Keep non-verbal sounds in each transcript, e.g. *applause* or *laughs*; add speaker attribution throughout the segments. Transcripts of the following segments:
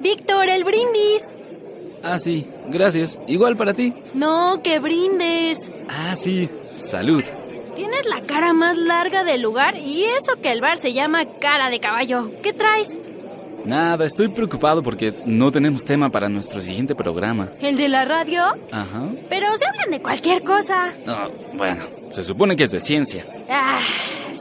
Speaker 1: Víctor, el brindis.
Speaker 2: Ah, sí, gracias. Igual para ti.
Speaker 1: No, que brindes.
Speaker 2: Ah, sí, salud.
Speaker 1: Tienes la cara más larga del lugar y eso que el bar se llama cara de caballo. ¿Qué traes?
Speaker 2: Nada, estoy preocupado porque no tenemos tema para nuestro siguiente programa.
Speaker 1: ¿El de la radio?
Speaker 2: Ajá.
Speaker 1: Pero se hablan de cualquier cosa.
Speaker 2: Ah, bueno, se supone que es de ciencia.
Speaker 1: Ah,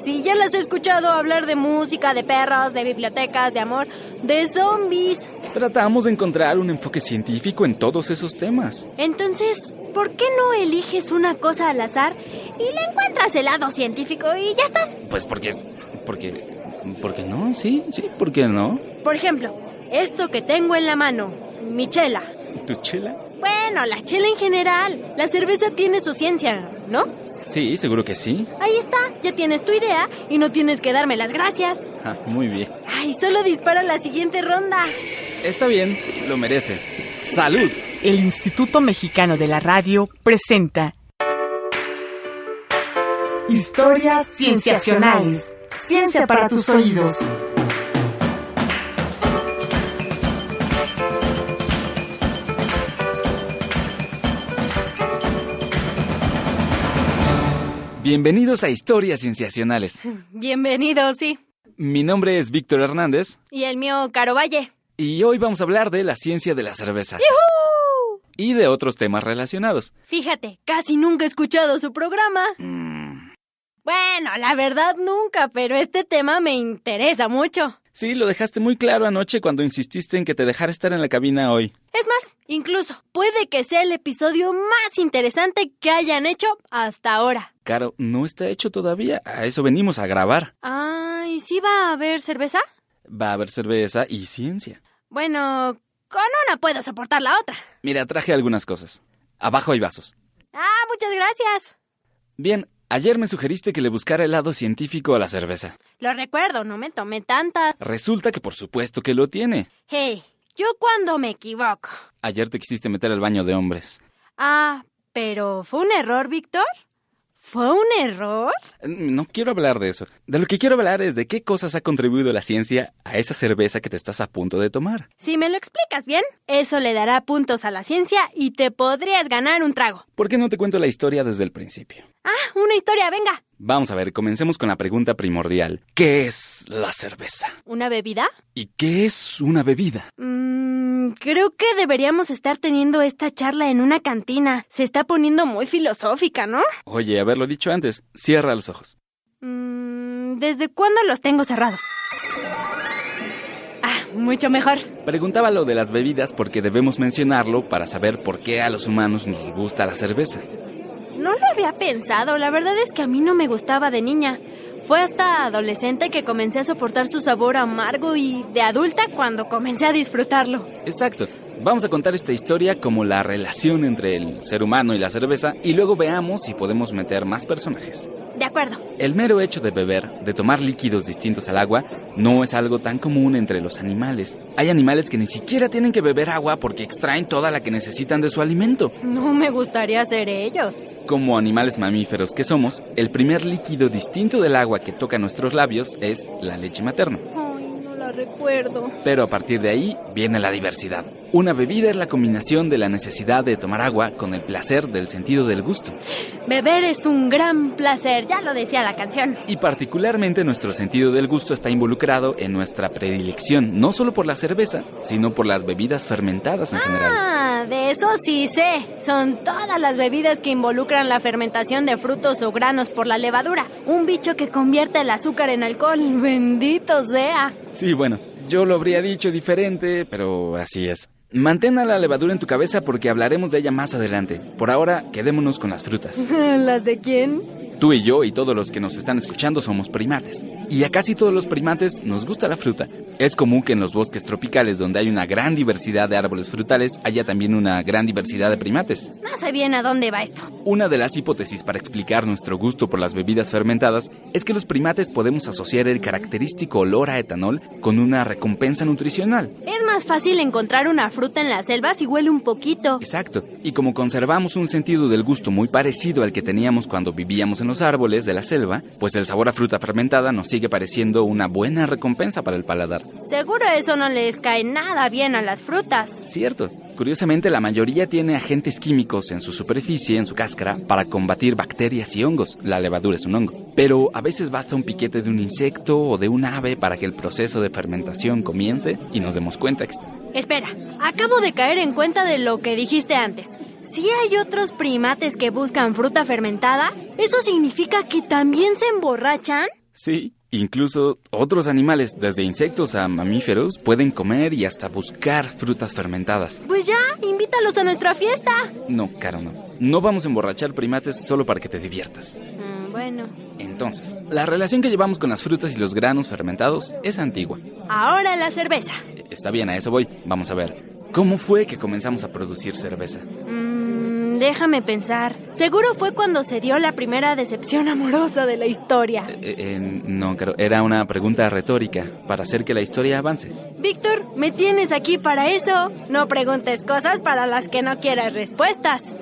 Speaker 1: sí, ya las he escuchado hablar de música, de perros, de bibliotecas, de amor, de zombies.
Speaker 2: Tratamos de encontrar un enfoque científico en todos esos temas.
Speaker 1: Entonces, ¿por qué no eliges una cosa al azar y le encuentras el lado científico y ya estás?
Speaker 2: Pues porque... porque... porque no, sí, sí, ¿por qué no?
Speaker 1: Por ejemplo, esto que tengo en la mano, mi chela.
Speaker 2: ¿Tu chela?
Speaker 1: Bueno, la chela en general. La cerveza tiene su ciencia, ¿no?
Speaker 2: Sí, seguro que sí.
Speaker 1: Ahí está, ya tienes tu idea y no tienes que darme las gracias.
Speaker 2: Ah, muy bien.
Speaker 1: Ay, solo dispara la siguiente ronda.
Speaker 2: Está bien, lo merece. ¡Salud!
Speaker 3: El Instituto Mexicano de la Radio presenta Historias Cienciacionales. Ciencia para tus oídos.
Speaker 2: Bienvenidos a Historias Cienciacionales.
Speaker 1: Bienvenido, sí.
Speaker 2: Mi nombre es Víctor Hernández
Speaker 1: Y el mío, Caro Valle.
Speaker 2: y hoy vamos a hablar de la ciencia de la cerveza
Speaker 1: ¡Yujú!
Speaker 2: y de otros temas relacionados.
Speaker 1: Fíjate, casi nunca he escuchado su programa. Bueno, la verdad nunca, pero este tema me interesa mucho.
Speaker 2: Sí, lo dejaste muy claro anoche cuando insististe en que te dejara estar en la cabina hoy.
Speaker 1: Es más, incluso puede que sea el episodio más interesante que hayan hecho hasta ahora.
Speaker 2: Caro, no está hecho todavía. A eso venimos a grabar.
Speaker 1: Ay, ¿sí va a haber cerveza?
Speaker 2: Va a haber cerveza y ciencia.
Speaker 1: Bueno, con una puedo soportar la otra.
Speaker 2: Mira, traje algunas cosas. Abajo hay vasos.
Speaker 1: Ah, muchas gracias.
Speaker 2: Bien, ayer me sugeriste que le buscara el lado científico a la cerveza.
Speaker 1: Lo recuerdo, no me tomé tanta.
Speaker 2: Resulta que por supuesto que lo tiene.
Speaker 1: Hey, yo cuando me equivoco.
Speaker 2: Ayer te quisiste meter al baño de hombres.
Speaker 1: Ah, pero ¿fue un error, Víctor? ¿Fue un error?
Speaker 2: Mm, No quiero hablar de eso. De lo que quiero hablar es de qué cosas ha contribuido la ciencia a esa cerveza que te estás a punto de tomar.
Speaker 1: Si me lo explicas bien, eso le dará puntos a la ciencia y te podrías ganar un trago.
Speaker 2: ¿Por qué no te cuento la historia desde el principio?
Speaker 1: Ah, una historia, venga.
Speaker 2: Vamos a ver, comencemos con la pregunta primordial. ¿Qué es la cerveza?
Speaker 1: ¿Una bebida?
Speaker 2: ¿Y qué es una bebida?
Speaker 1: Mmm, creo que deberíamos estar teniendo esta charla en una cantina. Se está poniendo muy filosófica, ¿no?
Speaker 2: Oye, haberlo dicho antes, cierra los ojos.
Speaker 1: Mmm, ¿desde cuándo los tengo cerrados? Ah, mucho mejor.
Speaker 2: Preguntaba lo de las bebidas porque debemos mencionarlo para saber por qué a los humanos nos gusta la cerveza.
Speaker 1: No lo había pensado, la verdad es que a mí no me gustaba de niña. Fue hasta adolescente que comencé a soportar su sabor amargo y de adulta cuando comencé a disfrutarlo.
Speaker 2: Exacto. Vamos a contar esta historia como la relación entre el ser humano y la cerveza y luego veamos si podemos meter más personajes.
Speaker 1: De acuerdo.
Speaker 2: El mero hecho de beber, de tomar líquidos distintos al agua, no es algo tan común entre los animales. Hay animales que ni siquiera tienen que beber agua porque extraen toda la que necesitan de su alimento.
Speaker 1: No me gustaría ser ellos.
Speaker 2: Como animales mamíferos que somos, el primer líquido distinto del agua que toca nuestros labios es la leche materna.
Speaker 1: Ay, no la recuerdo.
Speaker 2: Pero a partir de ahí viene la diversidad. Una bebida es la combinación de la necesidad de tomar agua con el placer del sentido del gusto.
Speaker 1: Beber es un gran placer, ya lo decía la canción.
Speaker 2: Y particularmente nuestro sentido del gusto está involucrado en nuestra predilección, no solo por la cerveza, sino por las bebidas fermentadas en general.
Speaker 1: Ah, de eso sí sé. Son todas las bebidas que involucran la fermentación de frutos o granos por la levadura. Un bicho que convierte el azúcar en alcohol. Bendito sea. *laughs*
Speaker 2: Sí, bueno, yo lo habría dicho diferente, pero así es. Mantén a la levadura en tu cabeza porque hablaremos de ella más adelante. Por ahora, quedémonos con las frutas.
Speaker 1: ¿Las de quién?
Speaker 2: Tú y yo y todos los que nos están escuchando somos primates. Y a casi todos los primates nos gusta la fruta. Es común que en los bosques tropicales donde hay una gran diversidad de árboles frutales haya también una gran diversidad de primates.
Speaker 1: No sé bien a dónde va esto.
Speaker 2: Una de las hipótesis para explicar nuestro gusto por las bebidas fermentadas es que los primates podemos asociar el característico olor a etanol con una recompensa nutricional.
Speaker 1: Es más fácil encontrar una fruta en la selva si huele un poquito.
Speaker 2: Exacto. Y como conservamos un sentido del gusto muy parecido al que teníamos cuando vivíamos en los árboles de la selva, pues el sabor a fruta fermentada nos sigue pareciendo una buena recompensa para el paladar.
Speaker 1: Seguro eso no les cae nada bien a las frutas.
Speaker 2: Cierto. Curiosamente, la mayoría tiene agentes químicos en su superficie, en su cáscara, para combatir bacterias y hongos. La levadura es un hongo. Pero a veces basta un piquete de un insecto o de un ave para que el proceso de fermentación comience y nos demos cuenta que está.
Speaker 1: Espera, acabo de caer en cuenta de lo que dijiste antes. Si hay otros primates que buscan fruta fermentada, ¿eso significa que también se emborrachan?
Speaker 2: Sí, incluso otros animales, desde insectos a mamíferos, pueden comer y hasta buscar frutas fermentadas.
Speaker 1: Pues ya, invítalos a nuestra fiesta.
Speaker 2: No, Caro, no. No vamos a emborrachar primates solo para que te diviertas.
Speaker 1: Mm, bueno,
Speaker 2: Entonces, la relación que llevamos con las frutas y los granos fermentados es antigua.
Speaker 1: ahora la cerveza.
Speaker 2: Eh, Está bien, a eso voy. Vamos a ver. ¿Cómo fue que comenzamos a producir cerveza?
Speaker 1: Mm, déjame pensar. Seguro fue cuando se dio la primera decepción amorosa de la historia.
Speaker 2: Eh, eh, no, Caro, era una pregunta retórica para hacer que la historia avance.
Speaker 1: Víctor, me tienes aquí para eso. No preguntes cosas para las que no quieras respuestas.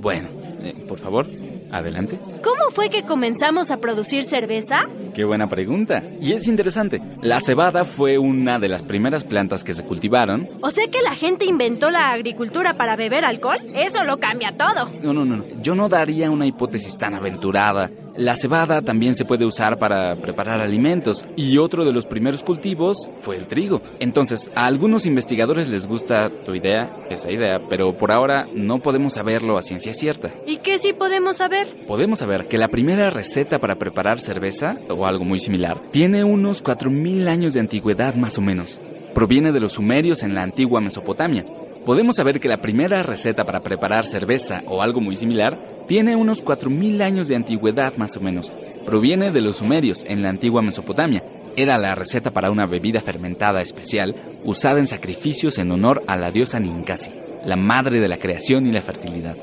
Speaker 2: Bueno, eh, por favor, adelante.
Speaker 1: ¿Cómo fue que comenzamos a producir cerveza?
Speaker 2: Qué buena pregunta. Y es interesante. La cebada fue una de las primeras plantas que se cultivaron.
Speaker 1: O sea que la gente inventó la agricultura para beber alcohol. Eso lo cambia todo.
Speaker 2: No, no, no, no. Yo no daría una hipótesis tan aventurada. La cebada también se puede usar para preparar alimentos. Y otro de los primeros cultivos fue el trigo. Entonces, a algunos investigadores les gusta tu idea, esa idea, pero por ahora no podemos saberlo a ciencia cierta.
Speaker 1: ¿Y qué sí podemos saber?
Speaker 2: Podemos saber que la primera receta para preparar cerveza, o algo muy similar, tiene unos 4.000 años de antigüedad más o menos. Proviene de los sumerios en la antigua Mesopotamia. Podemos saber que la primera receta para preparar cerveza o algo muy similar tiene unos 4.000 años de antigüedad más o menos. Proviene de los sumerios en la antigua Mesopotamia. Era la receta para una bebida fermentada especial usada en sacrificios en honor a la diosa Ninkasi, la madre de la creación y la fertilidad.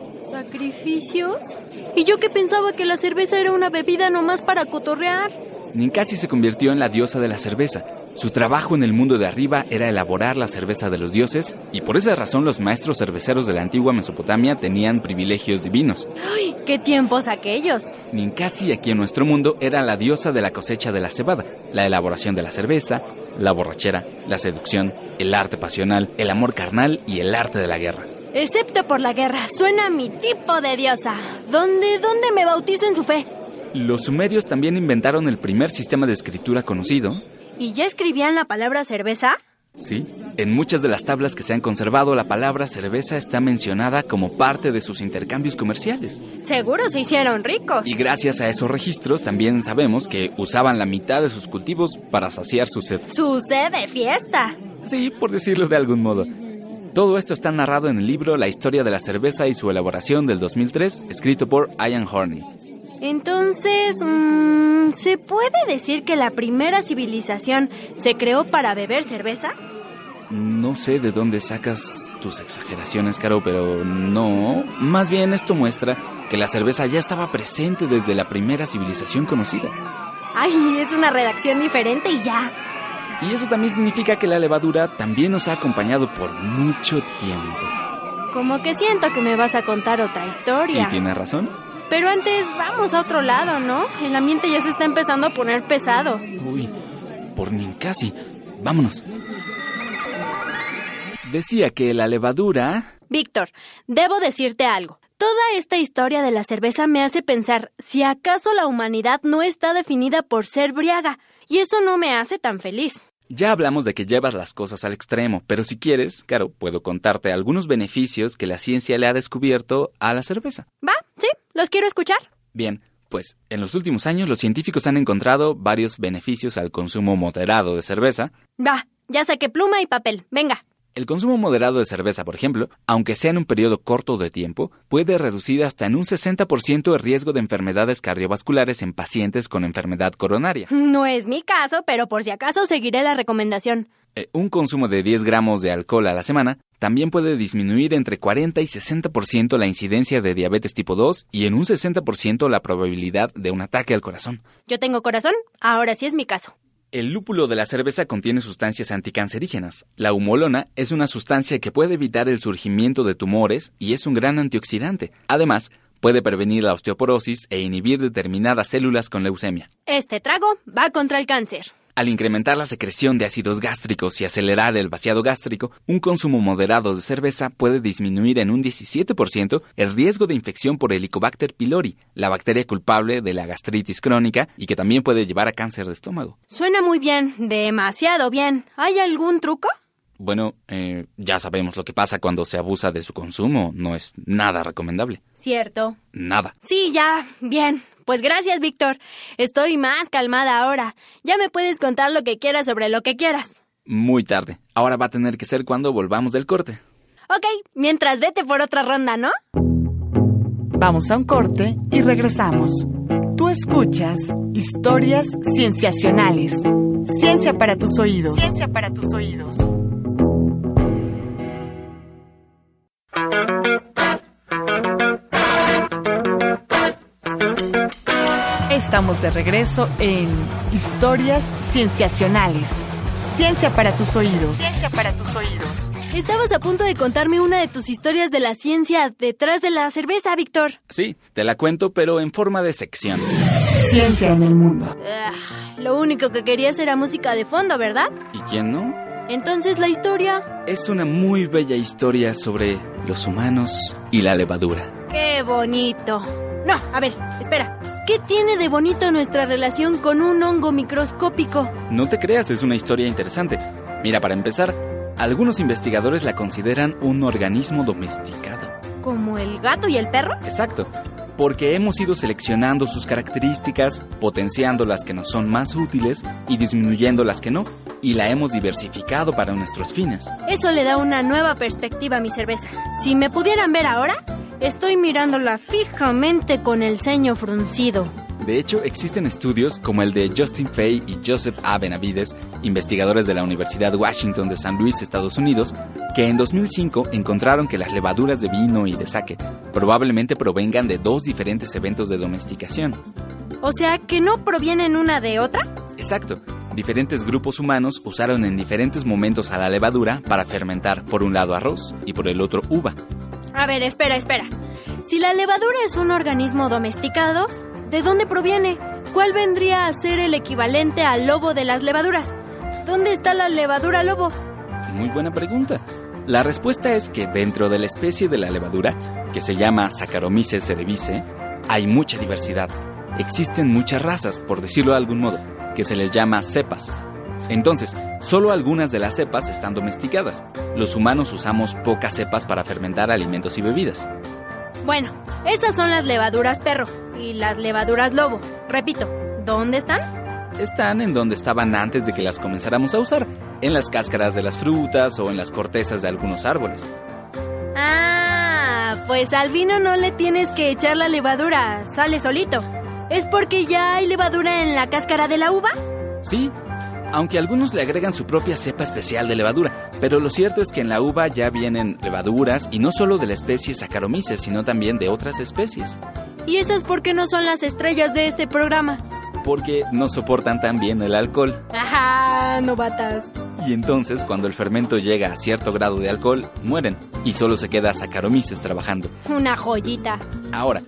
Speaker 1: ¿Sacrificios? ¿Y yo que pensaba que la cerveza era una bebida nomás para cotorrear?
Speaker 2: Ninkasi se convirtió en la diosa de la cerveza. Su trabajo en el mundo de arriba era elaborar la cerveza de los dioses y por esa razón los maestros cerveceros de la antigua Mesopotamia tenían privilegios divinos.
Speaker 1: ¡Ay, qué tiempos aquellos!
Speaker 2: Ninkasi aquí en nuestro mundo era la diosa de la cosecha de la cebada, la elaboración de la cerveza, la borrachera, la seducción, el arte pasional, el amor carnal y el arte de la guerra.
Speaker 1: Excepto por la guerra, suena mi tipo de diosa. ¿Dónde, dónde me bautizo en su fe?
Speaker 2: Los sumerios también inventaron el primer sistema de escritura conocido,
Speaker 1: ¿Y ya escribían la palabra cerveza?
Speaker 2: Sí. En muchas de las tablas que se han conservado, la palabra cerveza está mencionada como parte de sus intercambios comerciales.
Speaker 1: Seguro se hicieron ricos.
Speaker 2: Y gracias a esos registros también sabemos que usaban la mitad de sus cultivos para saciar su sed.
Speaker 1: Sucede fiesta.
Speaker 2: Sí, por decirlo de algún modo. Todo esto está narrado en el libro La historia de la cerveza y su elaboración del 2003, escrito por Ian Horney.
Speaker 1: Entonces, mm, ¿se puede decir que la primera civilización se creó para beber cerveza?
Speaker 2: No sé de dónde sacas tus exageraciones, Caro, pero no. Más bien esto muestra que la cerveza ya estaba presente desde la primera civilización conocida.
Speaker 1: Ay, es una redacción diferente y ya.
Speaker 2: Y eso también significa que la levadura también nos ha acompañado por mucho tiempo.
Speaker 1: Como que siento que me vas a contar otra
Speaker 2: Y
Speaker 1: historia.
Speaker 2: tienes razón.
Speaker 1: Pero antes vamos a otro lado, ¿no? El ambiente ya se está empezando a poner pesado.
Speaker 2: Uy, por Ninkasi. Vámonos. Decía que la levadura...
Speaker 1: Víctor, debo decirte algo. Toda esta historia de la cerveza me hace pensar si acaso la humanidad no está definida por ser briaga, y eso no me hace tan feliz.
Speaker 2: Ya hablamos de que llevas las cosas al extremo, pero si quieres, claro, puedo contarte algunos beneficios que la ciencia le ha descubierto a la cerveza.
Speaker 1: ¿Va? ¿Sí? ¿Los quiero escuchar?
Speaker 2: Bien, pues en los últimos años los científicos han encontrado varios beneficios al consumo moderado de cerveza.
Speaker 1: Va, ya saqué pluma y papel. Venga. *laughs*
Speaker 2: El consumo moderado de cerveza, por ejemplo, aunque sea en un periodo corto de tiempo, puede reducir hasta en un 60% el riesgo de enfermedades cardiovasculares en pacientes con enfermedad coronaria.
Speaker 1: No es mi caso, pero por si acaso seguiré la recomendación.
Speaker 2: Eh, un consumo de 10 gramos de alcohol a la semana también puede disminuir entre 40 y 60% la incidencia de diabetes tipo 2 y en un 60% la probabilidad de un ataque al corazón.
Speaker 1: Yo tengo corazón, ahora sí es mi caso.
Speaker 2: El lúpulo de la cerveza contiene sustancias anticancerígenas. La humolona es una sustancia que puede evitar el surgimiento de tumores y es un gran antioxidante. Además, Puede prevenir la osteoporosis e inhibir determinadas células con leucemia.
Speaker 1: Este trago va contra el cáncer.
Speaker 2: Al incrementar la secreción de ácidos gástricos y acelerar el vaciado gástrico, un consumo moderado de cerveza puede disminuir en un 17% el riesgo de infección por Helicobacter pylori, la bacteria culpable de la gastritis crónica y que también puede llevar a cáncer de estómago.
Speaker 1: Suena muy bien, demasiado bien. ¿Hay algún truco?
Speaker 2: Bueno, eh, ya sabemos lo que pasa cuando se abusa de su consumo, no es nada recomendable.
Speaker 1: Cierto.
Speaker 2: Nada.
Speaker 1: Sí, ya, bien. Pues gracias, Víctor. Estoy más calmada ahora. Ya me puedes contar lo que quieras sobre lo que quieras.
Speaker 2: Muy tarde. Ahora va a tener que ser cuando volvamos del corte.
Speaker 1: Ok, mientras vete por otra ronda, ¿no?
Speaker 3: Vamos a un corte y regresamos. Tú escuchas historias cienciacionales. Ciencia para tus oídos. Ciencia para tus oídos. Estamos de regreso en Historias Cienciacionales. Ciencia para tus oídos. Ciencia para tus oídos.
Speaker 1: Estabas a punto de contarme una de tus historias de la ciencia detrás de la cerveza, Víctor.
Speaker 2: Sí, te la cuento, pero en forma de sección.
Speaker 3: Ciencia en el mundo.
Speaker 1: Ah, lo único que querías era música de fondo, ¿verdad?
Speaker 2: ¿Y quién no?
Speaker 1: Entonces la historia...
Speaker 2: Es una muy bella historia sobre los humanos y la levadura.
Speaker 1: ¡Qué bonito! No, a ver, espera. ¿Qué tiene de bonito nuestra relación con un hongo microscópico?
Speaker 2: No te creas, es una historia interesante. Mira, para empezar, algunos investigadores la consideran un organismo domesticado.
Speaker 1: ¿Como el gato y el perro?
Speaker 2: Exacto, porque hemos ido seleccionando sus características, potenciando las que nos son más útiles y disminuyendo las que no, y la hemos diversificado para nuestros fines.
Speaker 1: Eso le da una nueva perspectiva a mi cerveza. Si me pudieran ver ahora, estoy mirándola fijamente con el ceño fruncido.
Speaker 2: De hecho, existen estudios como el de Justin Fay y Joseph A. Benavides, investigadores de la Universidad Washington de San Luis, Estados Unidos, que en 2005 encontraron que las levaduras de vino y de sake probablemente provengan de dos diferentes eventos de domesticación.
Speaker 1: O sea, que no provienen una de otra.
Speaker 2: Exacto. Diferentes grupos humanos usaron en diferentes momentos a la levadura para fermentar por un lado arroz y por el otro uva.
Speaker 1: A ver, espera, espera. Si la levadura es un organismo domesticado, ¿de dónde proviene? ¿Cuál vendría a ser el equivalente al lobo de las levaduras? ¿Dónde está la levadura lobo?
Speaker 2: Muy buena pregunta. La respuesta es que dentro de la especie de la levadura, que se llama Saccharomyces cerevisiae, hay mucha diversidad. Existen muchas razas, por decirlo de algún modo, que se les llama cepas. Entonces, solo algunas de las cepas están domesticadas. Los humanos usamos pocas cepas para fermentar alimentos y bebidas.
Speaker 1: Bueno, esas son las levaduras perro y las levaduras lobo. Repito, ¿dónde están?
Speaker 2: Están en donde estaban antes de que las comenzáramos a usar, en las cáscaras de las frutas o en las cortezas de algunos árboles.
Speaker 1: Ah, pues al vino no le tienes que echar la levadura, sale solito. ¿Es porque ya hay levadura en la cáscara de la uva?
Speaker 2: Sí, aunque algunos le agregan su propia cepa especial de levadura, pero lo cierto es que en la uva ya vienen levaduras y no solo de la especie Saccharomyces, sino también de otras especies.
Speaker 1: ¿Y esas por qué no son las estrellas de este programa?
Speaker 2: Porque no soportan tan bien el alcohol.
Speaker 1: Ajá, novatas.
Speaker 2: Y entonces, cuando el fermento llega a cierto grado de alcohol, mueren y solo se queda Saccharomyces trabajando.
Speaker 1: Una joyita.
Speaker 2: Ahora,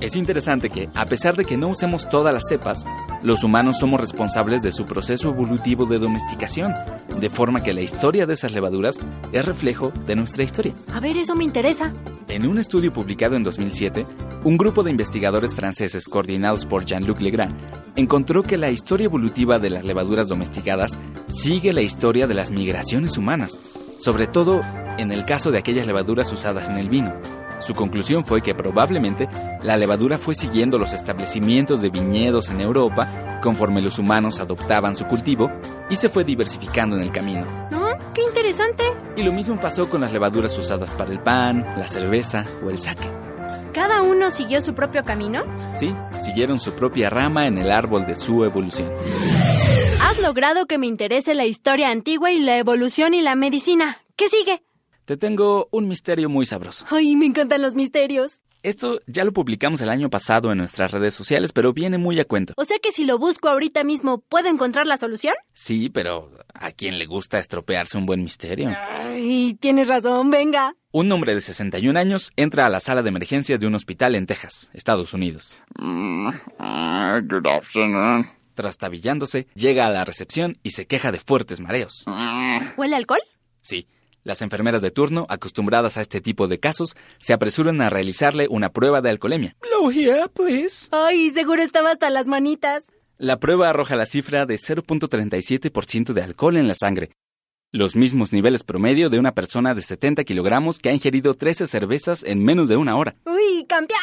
Speaker 2: es interesante que, a pesar de que no usemos todas las cepas, los humanos somos responsables de su proceso evolutivo de domesticación, de forma que la historia de esas levaduras es reflejo de nuestra historia.
Speaker 1: A ver, eso me interesa.
Speaker 2: En un estudio publicado en 2007, un grupo de investigadores franceses coordinados por Jean-Luc Legrand encontró que la historia evolutiva de las levaduras domesticadas sigue la historia de las migraciones humanas, sobre todo en el caso de aquellas levaduras usadas en el vino. Su conclusión fue que probablemente la levadura fue siguiendo los establecimientos de viñedos en Europa conforme los humanos adoptaban su cultivo y se fue diversificando en el camino.
Speaker 1: ¿No? ¡Qué interesante!
Speaker 2: Y lo mismo pasó con las levaduras usadas para el pan, la cerveza o el sake.
Speaker 1: ¿Cada uno siguió su propio camino?
Speaker 2: Sí, siguieron su propia rama en el árbol de su evolución.
Speaker 1: Has logrado que me interese la historia antigua y la evolución y la medicina. ¿Qué sigue?
Speaker 2: Te tengo un misterio muy sabroso.
Speaker 1: Ay, me encantan los misterios.
Speaker 2: Esto ya lo publicamos el año pasado en nuestras redes sociales, pero viene muy a cuento.
Speaker 1: O sea que si lo busco ahorita mismo, ¿puedo encontrar la solución?
Speaker 2: Sí, pero ¿a quién le gusta estropearse un buen misterio?
Speaker 1: Ay, tienes razón, venga.
Speaker 2: Un hombre de 61 años entra a la sala de emergencias de un hospital en Texas, Estados Unidos.
Speaker 4: Mm, uh, good afternoon.
Speaker 2: Trastabillándose, llega a la recepción y se queja de fuertes mareos.
Speaker 4: Mm,
Speaker 1: ¿Huele a alcohol?
Speaker 2: Sí, las enfermeras de turno, acostumbradas a este tipo de casos, se apresuran a realizarle una prueba de alcoholemia. Blow here, please.
Speaker 1: Ay, seguro estaba hasta las manitas.
Speaker 2: La prueba arroja la cifra de 0.37% de alcohol en la sangre, los mismos niveles promedio de una persona de 70 kilogramos que ha ingerido 13 cervezas en menos de una hora.
Speaker 1: ¡Uy, campeón!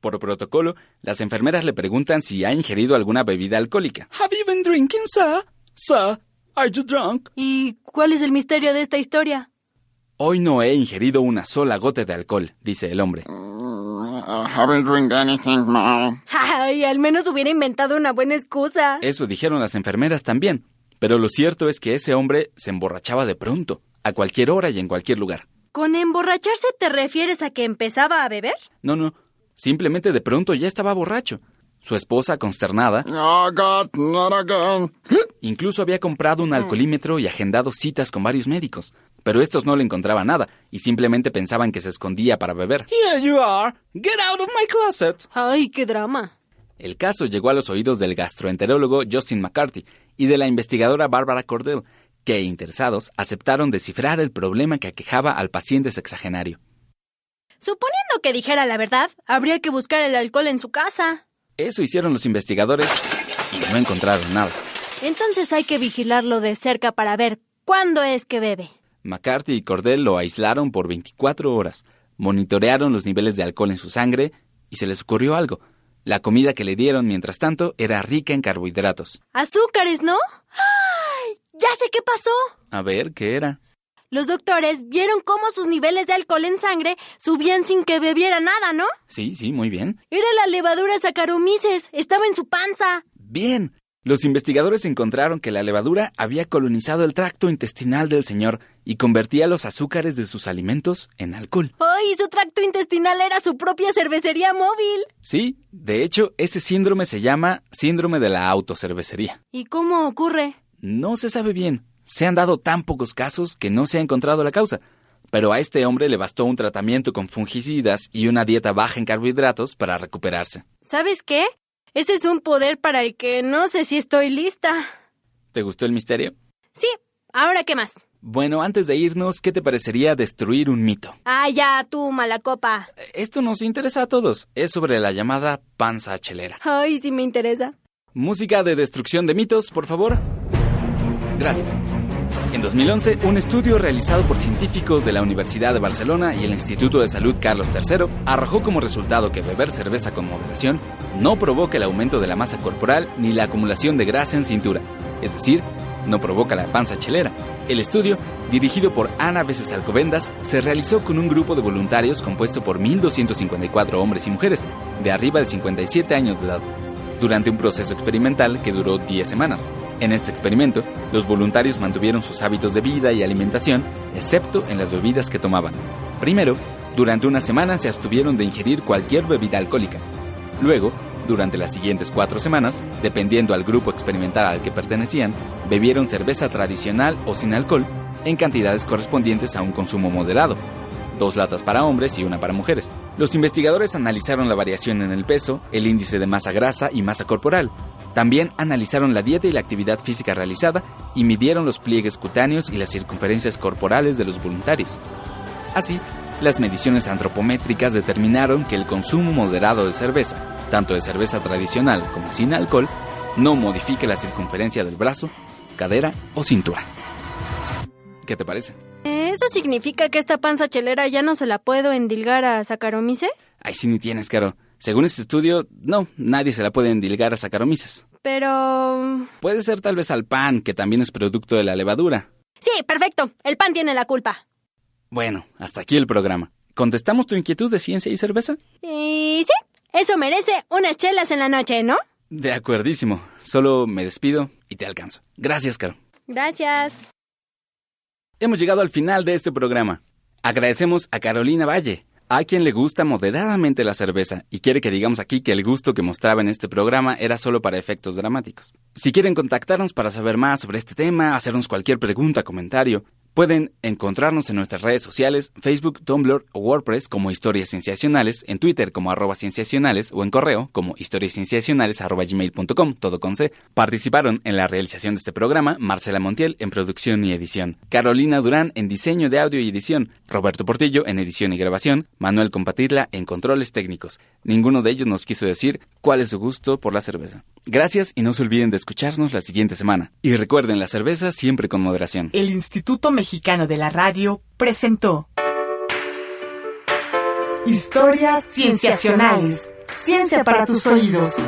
Speaker 2: Por protocolo, las enfermeras le preguntan si ha ingerido alguna bebida alcohólica. Have you been drinking, sir? Sir, are you drunk?
Speaker 1: ¿Y cuál es el misterio de esta historia? *laughs*
Speaker 2: Hoy no he ingerido una sola gota de alcohol, dice el hombre.
Speaker 4: I eh, haven't drink anything, ma'am.
Speaker 1: Ay, al menos hubiera inventado una buena excusa.
Speaker 2: Eso dijeron las enfermeras también, pero lo cierto es que ese hombre se emborrachaba de pronto, a cualquier hora y en cualquier lugar.
Speaker 1: ¿Con emborracharse te refieres a que empezaba a beber?
Speaker 2: No, no, simplemente de pronto ya estaba borracho. Su esposa, consternada,
Speaker 4: Oh, God, not again.
Speaker 2: incluso había comprado un alcoholímetro y agendado citas con varios médicos, pero estos no le encontraban nada y simplemente pensaban que se escondía para beber. Here you are. Get out of my closet.
Speaker 1: Ay, qué drama.
Speaker 2: El caso llegó a los oídos del gastroenterólogo Justin McCarthy y de la investigadora Barbara Cordell, que, interesados, aceptaron descifrar el problema que aquejaba al paciente sexagenario.
Speaker 1: Suponiendo que dijera la verdad, habría que buscar el alcohol en su casa.
Speaker 2: Eso hicieron los investigadores y no encontraron nada.
Speaker 1: Entonces hay que vigilarlo de cerca para ver cuándo es que bebe.
Speaker 2: McCarthy y Cordell lo aislaron por 24 horas, monitorearon los niveles de alcohol en su sangre y se les ocurrió algo. La comida que le dieron mientras tanto era rica en carbohidratos.
Speaker 1: Azúcares, ¿no? ¡Ay! Ya sé qué pasó.
Speaker 2: A ver, ¿qué era?
Speaker 1: Los doctores vieron cómo sus niveles de alcohol en sangre subían sin que bebiera nada, ¿no?
Speaker 2: Sí, sí, muy bien.
Speaker 1: Era la levadura Saccharomyces, estaba en su panza.
Speaker 2: Bien. Los investigadores encontraron que la levadura había colonizado el tracto intestinal del señor y convertía los azúcares de sus alimentos en alcohol.
Speaker 1: ¡Ay! Su tracto intestinal era su propia cervecería móvil.
Speaker 2: Sí, de hecho, ese síndrome se llama síndrome de la autocervecería.
Speaker 1: ¿Y cómo ocurre?
Speaker 2: No se sabe bien. Se han dado tan pocos casos que no se ha encontrado la causa. Pero a este hombre le bastó un tratamiento con fungicidas y una dieta baja en carbohidratos para recuperarse.
Speaker 1: ¿Sabes qué? Ese es un poder para el que no sé si estoy lista.
Speaker 2: ¿Te gustó el misterio?
Speaker 1: Sí, ahora qué más.
Speaker 2: Bueno, antes de irnos, ¿qué te parecería destruir un mito?
Speaker 1: Ah, ya, tú, mala copa.
Speaker 2: Esto nos interesa a todos. Es sobre la llamada panza chelera.
Speaker 1: Ay, sí me interesa.
Speaker 2: Música de destrucción de mitos, por favor. Gracias. En 2011, un estudio realizado por científicos de la Universidad de Barcelona y el Instituto de Salud Carlos III arrojó como resultado que beber cerveza con moderación no provoca el aumento de la masa corporal ni la acumulación de grasa en cintura, es decir, no provoca la panza chelera. El estudio, dirigido por Ana Veces Alcobendas, se realizó con un grupo de voluntarios compuesto por 1.254 hombres y mujeres de arriba de 57 años de edad durante un proceso experimental que duró 10 semanas. En este experimento, los voluntarios mantuvieron sus hábitos de vida y alimentación, excepto en las bebidas que tomaban. Primero, durante una semana se abstuvieron de ingerir cualquier bebida alcohólica. Luego, durante las siguientes cuatro semanas, dependiendo al grupo experimental al que pertenecían, bebieron cerveza tradicional o sin alcohol en cantidades correspondientes a un consumo moderado, dos latas para hombres y una para mujeres. Los investigadores analizaron la variación en el peso, el índice de masa grasa y masa corporal. También analizaron la dieta y la actividad física realizada y midieron los pliegues cutáneos y las circunferencias corporales de los voluntarios. Así, las mediciones antropométricas determinaron que el consumo moderado de cerveza, tanto de cerveza tradicional como sin alcohol, no modifica la circunferencia del brazo, cadera o cintura. ¿Qué te parece?
Speaker 1: ¿Eso significa que esta panza chelera ya no se la puedo endilgar a Saccharomyces?
Speaker 2: Ay, sí ni tienes, Caro. Según este estudio, no, nadie se la puede endilgar a Saccharomyces.
Speaker 1: Pero...
Speaker 2: Puede ser tal vez al pan, que también es producto de la levadura.
Speaker 1: Sí, perfecto. El pan tiene la culpa.
Speaker 2: Bueno, hasta aquí el programa. ¿Contestamos tu inquietud de ciencia y cerveza?
Speaker 1: Y sí, eso merece unas chelas en la noche, ¿no?
Speaker 2: De acuerdísimo. Solo me despido y te alcanzo. Gracias, Caro.
Speaker 1: Gracias.
Speaker 2: Hemos llegado al final de este programa. Agradecemos a Carolina Valle, a quien le gusta moderadamente la cerveza y quiere que digamos aquí que el gusto que mostraba en este programa era solo para efectos dramáticos. Si quieren contactarnos para saber más sobre este tema, hacernos cualquier pregunta, comentario, Pueden encontrarnos en nuestras redes sociales, Facebook, Tumblr o WordPress como Historias Cienciacionales, en Twitter como arroba cienciacionales o en correo como historiascienciacionales arroba gmail.com, todo con C. Participaron en la realización de este programa Marcela Montiel en producción y edición, Carolina Durán en diseño de audio y edición, Roberto Portillo en edición y grabación, Manuel Compatitla en controles técnicos. Ninguno de ellos nos quiso decir cuál es su gusto por la cerveza. Gracias y no se olviden de escucharnos la siguiente semana. Y recuerden la cerveza siempre con moderación.
Speaker 3: El Instituto Mexicano de la Radio presentó Historias Cienciacionales. Ciencia para tus oídos.